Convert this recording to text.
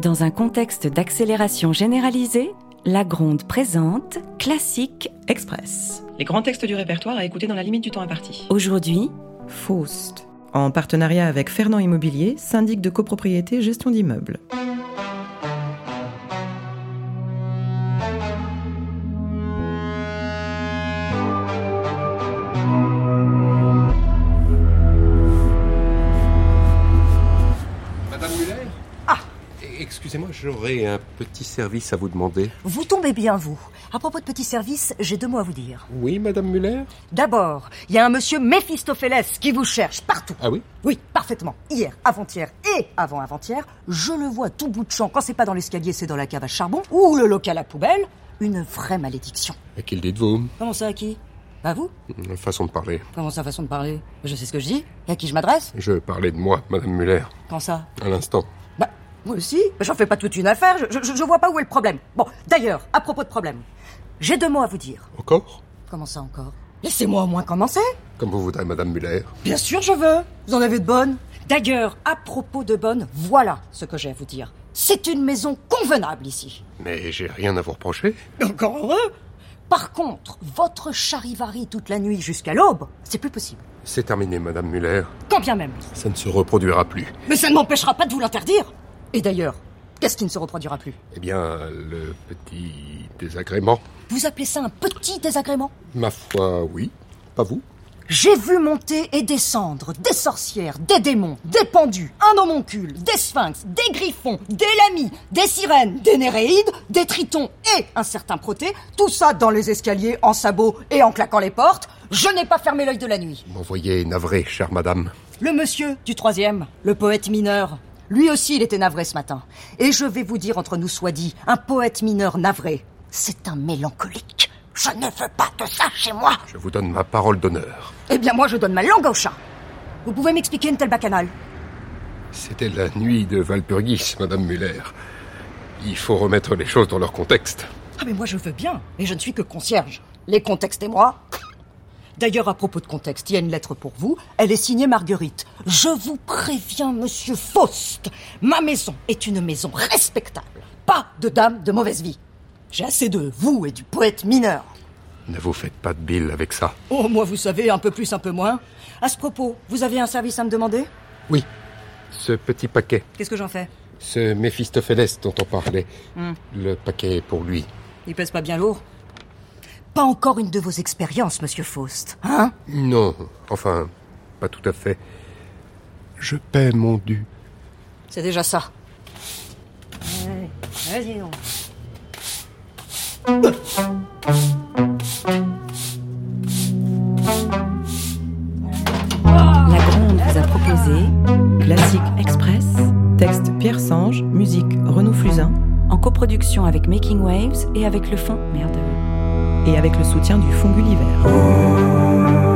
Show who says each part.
Speaker 1: Dans un contexte d'accélération généralisée, la Gronde présente Classique Express.
Speaker 2: Les grands textes du répertoire à écouter dans la limite du temps imparti.
Speaker 1: Aujourd'hui,
Speaker 3: Faust, en partenariat avec Fernand Immobilier, syndic de copropriété gestion d'immeubles.
Speaker 4: Madame Muller Ah Excusez-moi, j'aurais un petit service à vous demander.
Speaker 5: Vous tombez bien, vous. À propos de petits services, j'ai deux mots à vous dire.
Speaker 4: Oui, Madame Muller
Speaker 5: D'abord, il y a un monsieur Méphistophélès qui vous cherche partout.
Speaker 4: Ah oui
Speaker 5: Oui, parfaitement. Hier, avant-hier et avant-avant-hier, je le vois tout bout de champ. Quand c'est pas dans l'escalier, c'est dans la cave à charbon ou le local à poubelle. Une vraie malédiction.
Speaker 4: Et qu'il dit de vous
Speaker 5: Comment ça, à qui À vous
Speaker 4: Une Façon de parler.
Speaker 5: Comment ça, façon de parler Bah, Je sais ce que je dis. Et à qui je m'adresse
Speaker 4: Je parlais de moi, Madame Muller,
Speaker 5: Quand ça
Speaker 4: à l'instant.
Speaker 5: Bah, moi aussi. Bah, J'en fais pas toute une affaire. Je, je, je vois pas où est le problème. Bon, d'ailleurs, à propos de problème, j'ai deux mots à vous dire.
Speaker 4: Encore
Speaker 5: Comment ça encore Laissez-moi au moins commencer.
Speaker 4: Comme vous voudrez, Madame Muller.
Speaker 5: Bien sûr, je veux. Vous en avez de bonnes. D'ailleurs, à propos de bonnes, voilà ce que j'ai à vous dire. C'est une maison convenable ici.
Speaker 4: Mais j'ai rien à vous reprocher.
Speaker 5: Encore heureux. Par contre, votre charivari toute la nuit jusqu'à l'aube, c'est plus possible.
Speaker 4: C'est terminé, Madame Muller.
Speaker 5: Quand bien même.
Speaker 4: Ça ne se reproduira plus.
Speaker 5: Mais ça ne m'empêchera pas de vous l'interdire. Et d'ailleurs, qu'est-ce qui ne se reproduira plus
Speaker 4: Eh bien, le petit désagrément.
Speaker 5: Vous appelez ça un petit désagrément
Speaker 4: Ma foi, oui. Pas vous
Speaker 5: J'ai vu monter et descendre des sorcières, des démons, des pendus, un homoncule, des sphinx, des griffons, des lamis, des sirènes, des néréides, des tritons et un certain proté, tout ça dans les escaliers, en sabots et en claquant les portes. Je n'ai pas fermé l'œil de la nuit.
Speaker 4: Vous M'envoyez navré, chère madame.
Speaker 5: Le monsieur du troisième, le poète mineur, lui aussi il était navré ce matin. Et je vais vous dire entre nous soit dit, un poète mineur navré, c'est un mélancolique. Je ne veux pas de ça chez moi.
Speaker 4: Je vous donne ma parole d'honneur.
Speaker 5: Eh bien, moi, je donne ma langue au chat. Vous pouvez m'expliquer une telle bacchanale
Speaker 4: C'était la nuit de Valpurgis, Madame Muller. Il faut remettre les choses dans leur contexte.
Speaker 5: Ah, mais moi, je veux bien, mais je ne suis que concierge. Les contextes et moi D'ailleurs, à propos de contexte, il y a une lettre pour vous. Elle est signée Marguerite. Je vous préviens, monsieur Faust, ma maison est une maison respectable. Pas de dame de mauvaise vie. J'ai assez de vous et du poète mineur.
Speaker 4: Ne vous faites pas de bile avec ça.
Speaker 5: Oh, moi, vous savez, un peu plus, un peu moins. À ce propos, vous avez un service à me demander
Speaker 4: Oui, ce petit paquet,
Speaker 5: Qu'est-ce que j'en fais
Speaker 4: ce Méphistophélès dont on parlait, le paquet est pour lui.
Speaker 5: Il pèse pas bien lourd. Pas encore une de vos expériences, monsieur Faust, hein
Speaker 4: Non, enfin, pas tout à fait. Je paie mon dû.
Speaker 5: C'est déjà ça. Vas-y donc.
Speaker 1: la Gronde vous a proposé
Speaker 3: Classique
Speaker 1: Express
Speaker 3: Texte Pierre Sange, musique Renaud Fusain
Speaker 1: en coproduction avec Making Waves et avec le fonds Merde.
Speaker 3: et avec le soutien du Fonds Gulliver.